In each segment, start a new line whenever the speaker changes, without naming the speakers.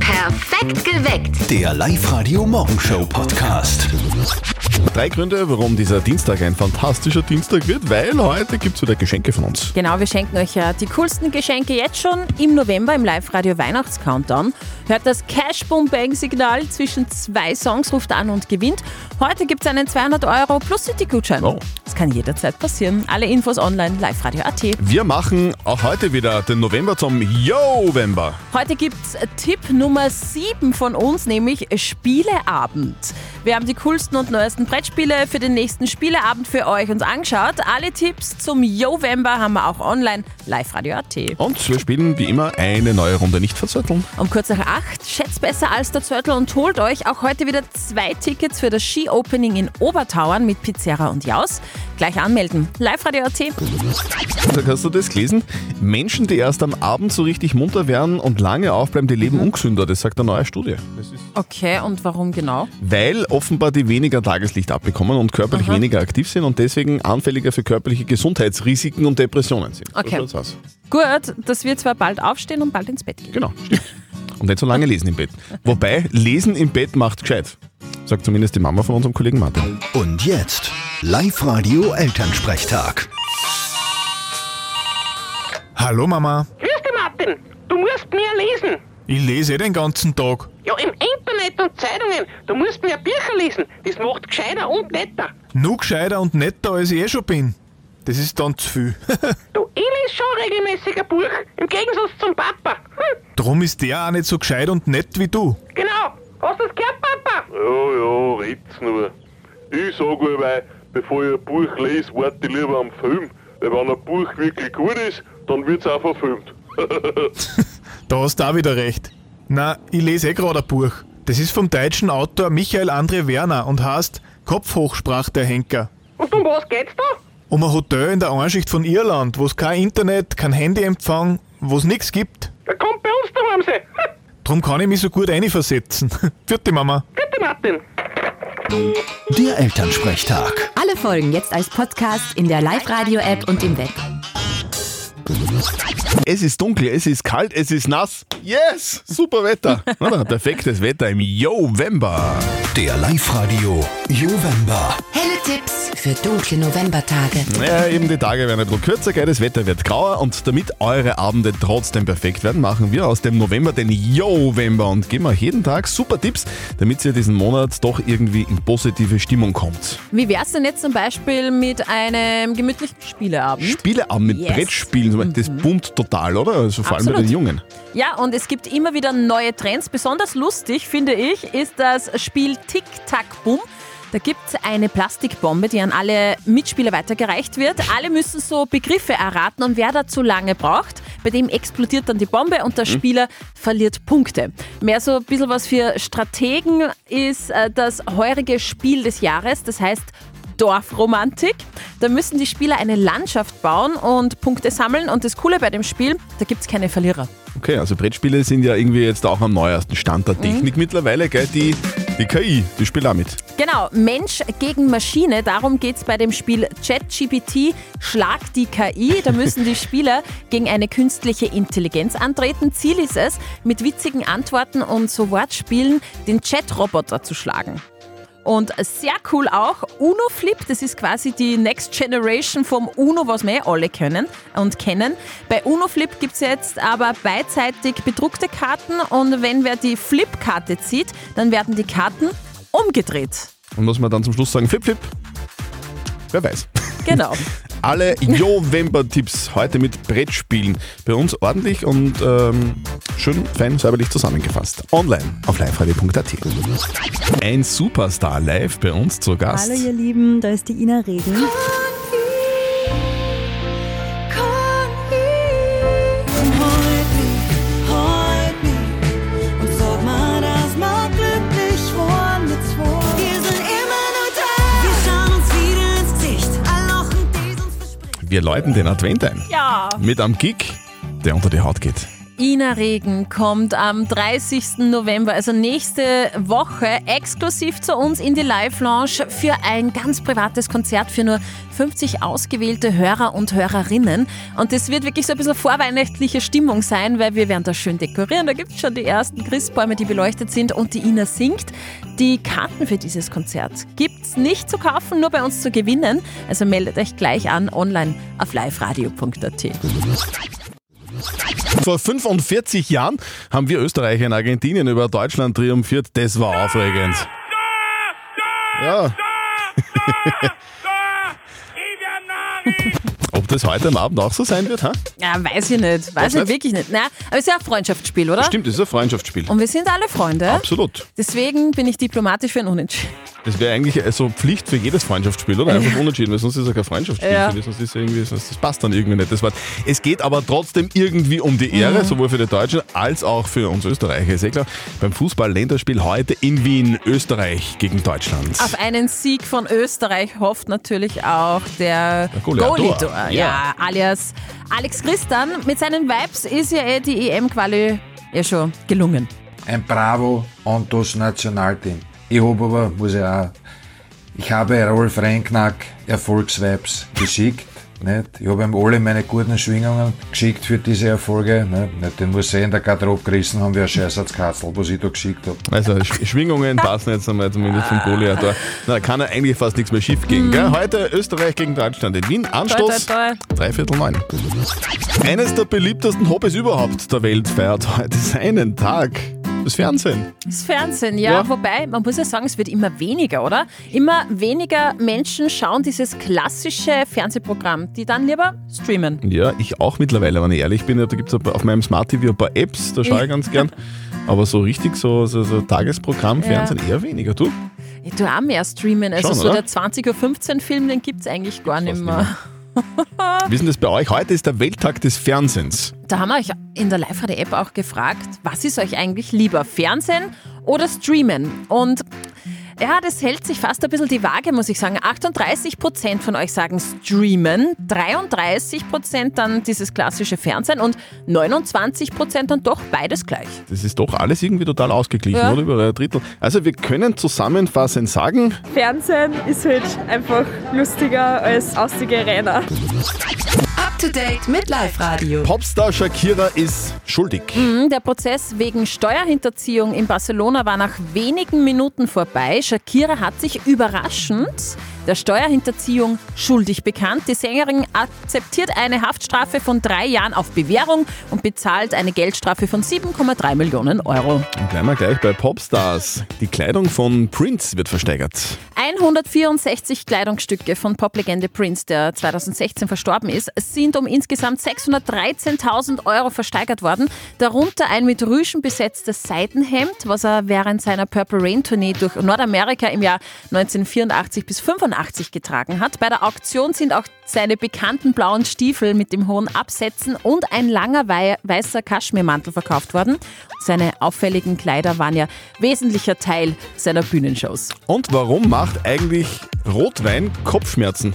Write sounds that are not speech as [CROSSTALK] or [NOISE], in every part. Perfekt geweckt.
Der Live-Radio-Morgenshow-Podcast.
Drei Gründe, warum dieser Dienstag ein fantastischer Dienstag wird, weil heute gibt es wieder Geschenke von uns.
Genau, wir schenken euch ja die coolsten Geschenke jetzt schon im November im Live-Radio Weihnachts-Countdown. Hört das Cash-Boom-Bang-Signal zwischen zwei Songs, ruft an und gewinnt. Heute gibt es einen 200 Euro plus City-Gutschein.
Oh.
Das kann jederzeit passieren. Alle Infos online, live-radio.at.
Wir machen auch heute wieder den November zum November.
Heute gibt's Tipp Nummer 7 von uns, nämlich Spieleabend. Wir haben die coolsten und neuesten Brettspiele für den nächsten Spieleabend für euch uns angeschaut. Alle Tipps zum November haben wir auch online, live-radio.at.
Und wir spielen wie immer eine neue Runde nicht verzötteln.
Um kurz nach 8, schätzt besser als der Zörtel und holt euch auch heute wieder zwei Tickets für das Ski-Opening in Obertauern mit Pizzerra und Jaus. Gleich anmelden, live-radio.at.
Da hast du das gelesen? Menschen, die erst am Abend so richtig munter werden und lange aufbleiben, die leben ungesünder, das sagt eine neue Studie.
Okay, und warum genau?
Weil offenbar die weniger Tageslicht abbekommen und körperlich weniger aktiv sind und deswegen anfälliger für körperliche Gesundheitsrisiken und Depressionen sind.
Okay.
So schaut's aus.
Gut, dass wir zwar bald aufstehen und bald ins Bett gehen.
Genau,
[LAUGHS]
stimmt. Und nicht so lange lesen im Bett. Wobei, lesen im Bett macht gescheit. Sagt zumindest die Mama von unserem Kollegen Martin.
Und jetzt Live-Radio Elternsprechtag.
Hallo Mama,
Grüß dich, Martin. Du musst mir lesen.
ich lese eh den ganzen Tag.
Ja, im Internet und Zeitungen. Du musst mir Bücher lesen. Das macht gescheiter und netter.
Nur gescheiter und netter, als ich eh schon bin. Das ist dann zu viel. [LAUGHS]
Du, ich lese schon regelmäßig ein Buch. Im Gegensatz zum Papa. Hm,
Drum ist der auch nicht so gescheit und nett wie du.
genau. Hast du das gehört, Papa?
Ja, ja, red's nur. Ich sag allweil, bevor ich ein Buch lese, warte ich lieber am Film. Weil wenn ein Buch wirklich gut ist, dann wird's auch verfilmt. [LAUGHS]
Da hast du auch wieder recht. Na, ich lese eh gerade ein Buch. Das ist vom deutschen Autor Michael André Werner und heißt Kopf hoch, sprach der Henker.
Und um was geht's da?
Um ein Hotel in der Einschicht von Irland, wo es kein Internet, kein Handyempfang, wo es nichts gibt.
Da kommt bei uns daheim sein. Hm,
Drum kann ich mich so gut einversetzen. [LAUGHS] Vierte Mama.
bitte, Martin.
Der Elternsprechtag.
Alle Folgen jetzt als Podcast in der Live-Radio-App und im Web.
Es ist dunkel, es ist kalt, es ist nass. Yes! Super
[LAUGHS]
Wetter. Oder? Perfektes Wetter im November.
Der Live-Radio November.
Helle Tipps für dunkle Novembertage.
Naja, eben die Tage werden ein bisschen kürzer, gell? das Wetter wird grauer und damit eure Abende trotzdem perfekt werden, machen wir aus dem November den November und geben euch jeden Tag super Tipps, damit ihr diesen Monat doch irgendwie in positive Stimmung kommt.
Wie wär's denn jetzt zum Beispiel mit einem gemütlichen Spieleabend?
Spieleabend mit
Mhm. Yes. Mhm.
Brettspielen, zum Beispiel, das boomt total, oder? Also vor allem bei
Absolut.
den Jungen.
Ja, und es gibt immer wieder neue Trends. Besonders lustig, finde ich, ist das Spiel Tic-Tac-Boom. Da gibt's eine Plastikbombe, die an alle Mitspieler weitergereicht wird. Alle müssen so Begriffe erraten und wer dazu lange braucht, bei dem explodiert dann die Bombe und der Spieler verliert Punkte. Mehr so ein bisschen was für Strategen ist äh, das heurige Spiel des Jahres, das heißt Dorfromantik. Da müssen die Spieler eine Landschaft bauen und Punkte sammeln. Und das Coole bei dem Spiel, da gibt es keine Verlierer.
Okay, also Brettspiele sind ja irgendwie jetzt auch am neuesten Stand der Technik mittlerweile, gell? Die, die KI, die spielt auch mit.
Genau, Mensch gegen Maschine, darum geht es bei dem Spiel ChatGPT, Schlag die KI. Da müssen die Spieler [LAUGHS] gegen eine künstliche Intelligenz antreten. Ziel ist es, mit witzigen Antworten und so Wortspielen den Chat-Roboter zu schlagen. Und sehr cool auch Uno Flip, das ist quasi die Next Generation vom Uno, was wir eh alle können und kennen. Bei Uno Flip gibt es jetzt aber beidseitig bedruckte Karten und wenn wer die Flip-Karte zieht, dann werden die Karten umgedreht.
Und muss man dann zum Schluss sagen, flip, flip. Wer weiß. [LAUGHS]
Genau.
Alle November-Tipps heute mit Brettspielen. Bei uns ordentlich und ähm, schön, fein, säuberlich zusammengefasst. Online auf liveradio.at. Ein Superstar live bei uns zu Gast.
Hallo ihr Lieben, da ist die Ina Regen.
Wir läuten den Advent ein.
Ja.
Mit einem Gig, der unter die Haut geht.
Ina Regen kommt am 30. November, also nächste Woche, exklusiv zu uns in die Live-Lounge für ein ganz privates Konzert für nur 50 ausgewählte Hörer und Hörerinnen. Und das wird wirklich so ein bisschen vorweihnachtliche Stimmung sein, weil wir werden da schön dekorieren. Da gibt es schon die ersten Christbäume, die beleuchtet sind und die Ina singt. Die Karten für dieses Konzert gibt es nicht zu kaufen, nur bei uns zu gewinnen. Also meldet euch gleich an online auf liveradio.at.
Vor 45 Jahren haben wir Österreicher in Argentinien über Deutschland triumphiert. Das war aufregend. Ja. Ob das heute am Abend auch so sein wird, ha?
Ja, weiß ich nicht. Weiß ich
nicht?
wirklich nicht. Na, aber es ist ja ein Freundschaftsspiel, oder?
Stimmt, das ist ein Freundschaftsspiel.
Und wir sind alle Freunde.
Absolut.
Deswegen bin ich diplomatisch für ein Unentschieden.
Das wäre eigentlich so Pflicht für jedes Freundschaftsspiel, oder? Einfach unentschieden, weil sonst ist es ja kein Freundschaftsspiel.
Ja.
finde ich. Sonst ist es irgendwie, sonst, das passt dann irgendwie nicht, das Wort. Es geht aber trotzdem irgendwie um die Ehre, sowohl für die Deutschen als auch für uns Österreicher. Ist eh klar, beim Fußball-Länderspiel heute in Wien, Österreich gegen Deutschland.
Auf einen Sieg von Österreich hofft natürlich auch der
Goleador.
Goleador. Ja.
Ja.
alias Alex Christan. Mit seinen Vibes ist ja eh die EM-Quali ja schon gelungen.
ein Bravo an das Nationalteam. Ich habe aber, muss ich auch, ich habe Rolf Reinknack Erfolgsvibes geschickt. Nicht? Ich habe ihm alle meine guten Schwingungen geschickt für diese Erfolge. Nicht? Nicht? Den muss er in der Garderobe gerissen haben wie ein Scheißertzkatzel, was ich da geschickt habe.
Also Sch Schwingungen passen jetzt einmal zumindest vom Goliath. da. Na, kann er eigentlich fast nichts mehr schief gehen. Gell? Heute Österreich gegen Deutschland in Wien. Anstoß
Mhm. toi,
dreiviertel neun. Eines der beliebtesten Hobbys überhaupt der Welt feiert heute seinen Tag. Das Fernsehen.
Das Fernsehen, ja,
Ja.
Wobei, man muss ja sagen, es wird immer weniger, oder? Immer weniger Menschen schauen dieses klassische Fernsehprogramm, die dann lieber streamen.
Ja, ich auch mittlerweile, wenn ich ehrlich bin. Da gibt es auf meinem Smart TV ein paar Apps, da schaue ich ganz gern. Aber so richtig so, so, so Tagesprogramm, Fernsehen eher weniger. Du?
Ja, du auch mehr streamen. Also
Schon,
so
oder?
der 20.15-Film, den gibt es eigentlich gar nicht
nicht
mehr.
mehr. Wie ist denn das bei euch? Heute ist der Welttag des Fernsehens.
Da haben wir euch in der Live-Radio-App auch gefragt, was ist euch eigentlich lieber, Fernsehen oder Streamen? Und ja, das hält sich fast ein bisschen die Waage, muss ich sagen. 38% von euch sagen Streamen, 33% dann dieses klassische Fernsehen und 29% dann doch beides gleich.
Das ist doch alles irgendwie total ausgeglichen,
Ja.
oder? Über ein Drittel. Also wir können zusammenfassend sagen,
Fernsehen ist halt einfach lustiger als austige Renner.
Up to date mit Live Radio.
Popstar Shakira ist schuldig.
Hm, Der Prozess wegen Steuerhinterziehung in Barcelona war nach wenigen Minuten vorbei. Shakira hat sich überraschend der Steuerhinterziehung schuldig bekannt. Die Sängerin akzeptiert eine Haftstrafe von drei Jahren auf Bewährung und bezahlt eine Geldstrafe von 7,3 Millionen Euro.
Und bleiben wir gleich bei Popstars. Die Kleidung von Prince wird versteigert.
164 Kleidungsstücke von Poplegende Prince, der 2016 verstorben ist, sind um insgesamt 613.000 Euro versteigert worden. Darunter ein mit Rüschen besetztes Seidenhemd, was er während seiner Purple Rain Tournee durch Nordamerika im Jahr 1984 bis 85 getragen hat. Bei der Auktion sind auch seine bekannten blauen Stiefel mit dem hohen Absätzen und ein langer wei weißer Kaschmirmantel verkauft worden. Seine auffälligen Kleider waren ja wesentlicher Teil seiner Bühnenshows.
Und warum macht eigentlich Rotwein Kopfschmerzen?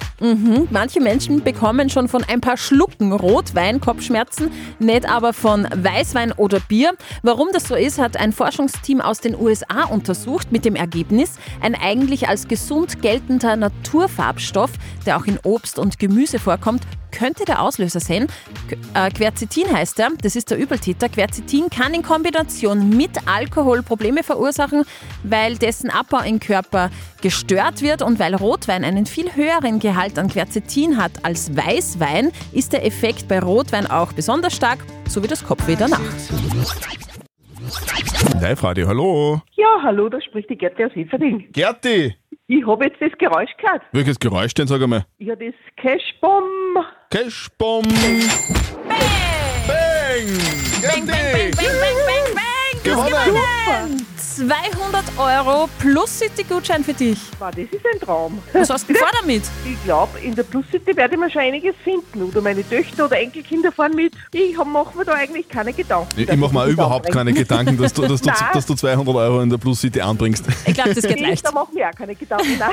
Manche Menschen bekommen schon von ein paar Schlucken Rotwein Kopfschmerzen, nicht aber von Weißwein oder Bier. Warum das so ist, hat ein Forschungsteam aus den USA untersucht mit dem Ergebnis, ein eigentlich als gesund geltender Naturfarbstoff, der auch in Obst und Gemüse vorkommt, könnte der Auslöser sein. Qu- äh, Quercetin heißt er, das ist der Übeltäter. Quercetin kann in Kombination mit Alkohol Probleme verursachen, weil dessen Abbau im Körper gestört wird und weil Rotwein einen viel höheren Gehalt an Quercetin hat als Weißwein, ist der Effekt bei Rotwein auch besonders stark, so wie das Kopfweh danach.
Live Radio, hallo.
Ja, hallo, da spricht die Gerti aus Everding.
Gerti!
Ich habe jetzt das Geräusch gehört.
Welches Geräusch denn, sag einmal?
Ja, das Cashbomb.
Cashbomb! Bang! Bang! Gerti! Gewonnen!
200 Euro plus City-Gutschein für dich.
Wow, das ist ein Traum.
Was hast du denn vor damit?
Ich glaube, in der Plus City werde ich mir schon einiges finden. Oder meine Töchter oder Enkelkinder fahren mit. Ich mache mir da eigentlich keine Gedanken.
Ich, ich mach mir überhaupt keine Gedanken, dass du, dass, du,
Nein.
dass du 200 Euro in der Plus City anbringst.
Ich glaube, das geht
Gedanken. Ich,
leicht.
da mache ich mir auch keine Gedanken.
[LAUGHS]
Nein.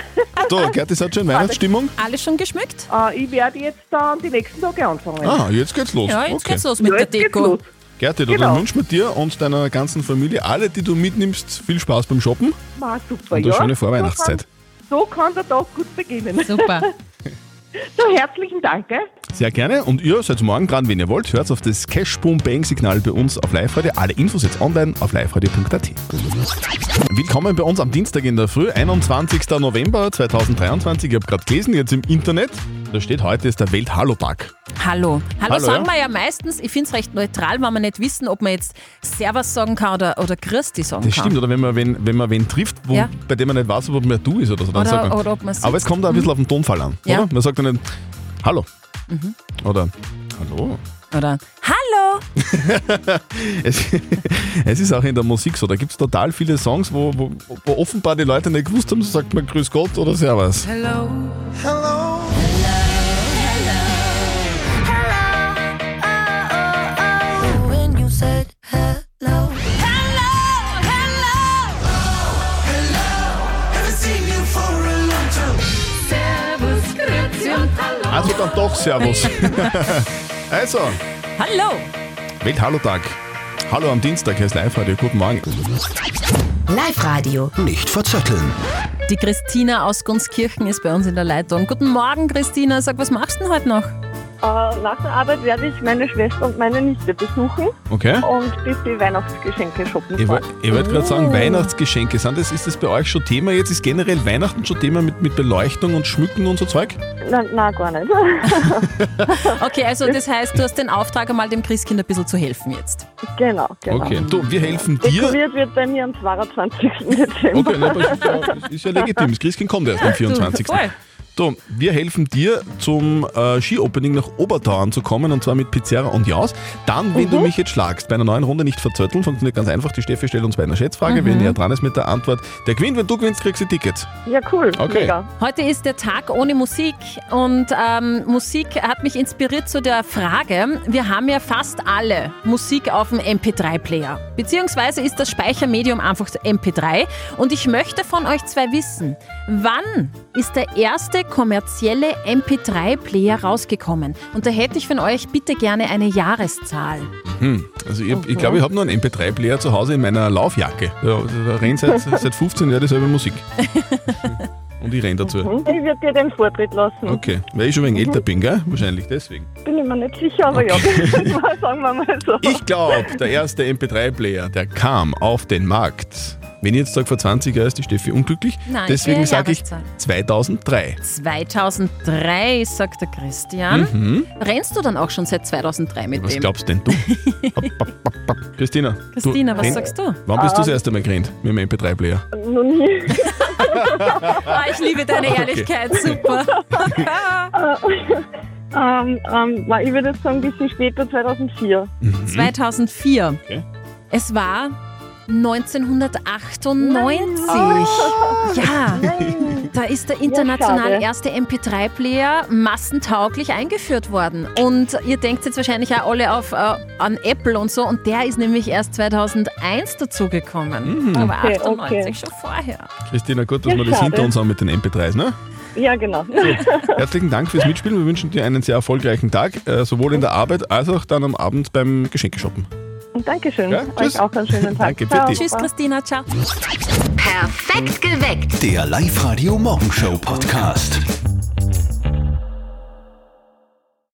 So, Gerti, seid schon in Weihnachtsstimmung?
Alles schon geschmückt?
Ah, äh, ich werde jetzt dann die nächsten Tage anfangen.
Ah, jetzt geht's los.
Ja, jetzt
okay.
geht's los mit
Ja,
der
jetzt geht's
Deko.
los.
Gerti, du,
Genau.
dann wünschen wir dir und deiner ganzen Familie, alle, die du mitnimmst, viel Spaß beim Shoppen
Ma, super,
und eine
ja.
schöne Vorweihnachtszeit.
So kann, so kann der Tag gut beginnen.
Super.
so, herzlichen Dank. Gell?
Sehr gerne. Und ihr seid morgen dran, wenn ihr wollt. Hört auf das Cash-Boom-Bang-Signal bei uns auf Live-Radio. Alle Infos jetzt online auf liveradio.at. Willkommen bei uns am Dienstag in der Früh, 21. November 2023. Ich habe gerade gelesen, jetzt im Internet, da steht heute ist der Welt-Hallo-Tag.
Hallo. Hallo,
Hallo,
sagen
ja.
wir ja meistens, ich finde es recht neutral, weil wir nicht wissen, ob man jetzt Servus sagen kann oder, oder Christi sagen
Das
kann.
stimmt, oder wenn man, wenn, wenn man wen trifft, wo,
Ja.
bei dem man nicht weiß, ob man du ist oder so. Dann
Oder-
sagt man,
oder ob man sieht.
Aber es kommt auch ein bisschen
Mhm.
auf den Tonfall an,
Ja.
oder? Man sagt dann nicht, Hallo.
Mhm.
Oder Hallo.
Oder Hallo!
Es, [LAUGHS] es ist auch in der Musik so, da gibt es total viele Songs, wo, wo, wo offenbar die Leute nicht gewusst haben, so sagt man Grüß Gott oder Servus.
Hello. Hello.
Also dann doch Servus.
[LAUGHS]
also,
Hallo!
Welt-Hallo-Tag. Hallo am Dienstag, hier ist Live-Radio. Guten Morgen.
Live-Radio.
Nicht verzetteln.
Die Christina aus Gunskirchen ist bei uns in der Leitung. Guten Morgen, Christina. Sag, was machst du denn heute noch?
Äh, nach der Arbeit werde ich meine Schwester und meine Nichte besuchen.
Okay.
Und bis die Weihnachtsgeschenke shoppen.
Ich, woll-
fahren.
ich wollte gerade sagen, Weihnachtsgeschenke sind das, ist das bei euch schon Thema jetzt? Ist generell Weihnachten schon Thema mit, mit Beleuchtung und Schmücken und so Zeug?
Na, na, gar nicht. [LAUGHS]
Okay, also das heißt, du hast den Auftrag, einmal dem Christkind ein bisschen zu helfen jetzt.
genau, genau.
Okay, du, wir helfen dir.
Dekoriert wird bei mir am 22. Dezember.
Okay, na, aber ist, ja, ist ja legitim. Das Christkind kommt erst am 24.
Du, voll.
So, wir helfen dir zum äh, Ski-Opening nach Obertauern zu kommen und zwar mit Pizzeria und Jaus. Dann, wenn
Mhm.
du mich jetzt schlagst, bei einer neuen Runde nicht verzötteln, funktioniert ganz einfach. Die Steffi stellt uns bei einer Schätzfrage.
Mhm.
Wer näher dran ist mit der Antwort, der gewinnt. Wenn du gewinnst, kriegst du Tickets.
Ja, cool.
Okay. mega.
Heute ist der Tag ohne Musik und ähm, Musik hat mich inspiriert zu der Frage, wir haben ja fast alle Musik auf dem MP3-Player. Beziehungsweise ist das Speichermedium einfach MP3. Und ich möchte von euch zwei wissen, wann ist der erste kommerzielle MP3-Player rausgekommen? Und da hätte ich von euch bitte gerne eine Jahreszahl.
Hm. Also ich glaube, ich, glaub, ich habe noch einen MP3-Player zu Hause in meiner Laufjacke. Da, da rennt seit, seit 15 Jahren dieselbe Musik. Und ich renn dazu.
Hm, Ich würde dir den Vortritt lassen.
Okay, weil ich schon wegen älter bin, gell? Wahrscheinlich deswegen.
Bin ich mir nicht sicher, aber [LAUGHS] ja, sagen wir mal so.
Ich glaube, der erste MP3-Player, der kam auf den Markt. Wenn ich jetzt sage, vor 20 Jahren ist die Steffi unglücklich,
Nein, ich will
deswegen
eine
sage ich
Jahreszahl.
2003.
2003, sagt der Christian.
Mhm.
Rennst du dann auch schon seit 2003 mit
Was
dem?
glaubst denn du? Christina.
Christina, was
renn-
sagst du?
Wann bist du das
Ähm,
erste Mal gerannt mit dem MP3-Player?
Noch nie.
Ah, ich liebe deine
Okay.
Ehrlichkeit, super. [LAUGHS]
ähm, ähm, na, ich würde jetzt sagen, ein bisschen später, 2004.
2004.
Okay.
Es war 1998.
Ah.
Ja, da ist der international
schade.
erste MP3-Player massentauglich eingeführt worden. Und ihr denkt jetzt wahrscheinlich auch alle auf, äh, an Apple und so. Und der ist nämlich erst 2001 dazugekommen.
Mhm.
Aber
Okay,
98
okay.
schon vorher.
Christina, gut, dass
Ja,
wir das
schade.
hinter uns haben mit den MP3s, ne?
Ja, genau.
Herzlichen Dank fürs Mitspielen. Wir wünschen dir einen sehr erfolgreichen Tag, äh, sowohl in der Arbeit als auch dann am Abend beim Geschenkeshoppen.
Und [LAUGHS] Dankeschön.
Ja, tschüss.
Euch auch einen schönen Tag.
Danke, bitte.
Tschüss, Christina, ciao.
Perfekt geweckt.
Der Live-Radio Morgenshow Podcast.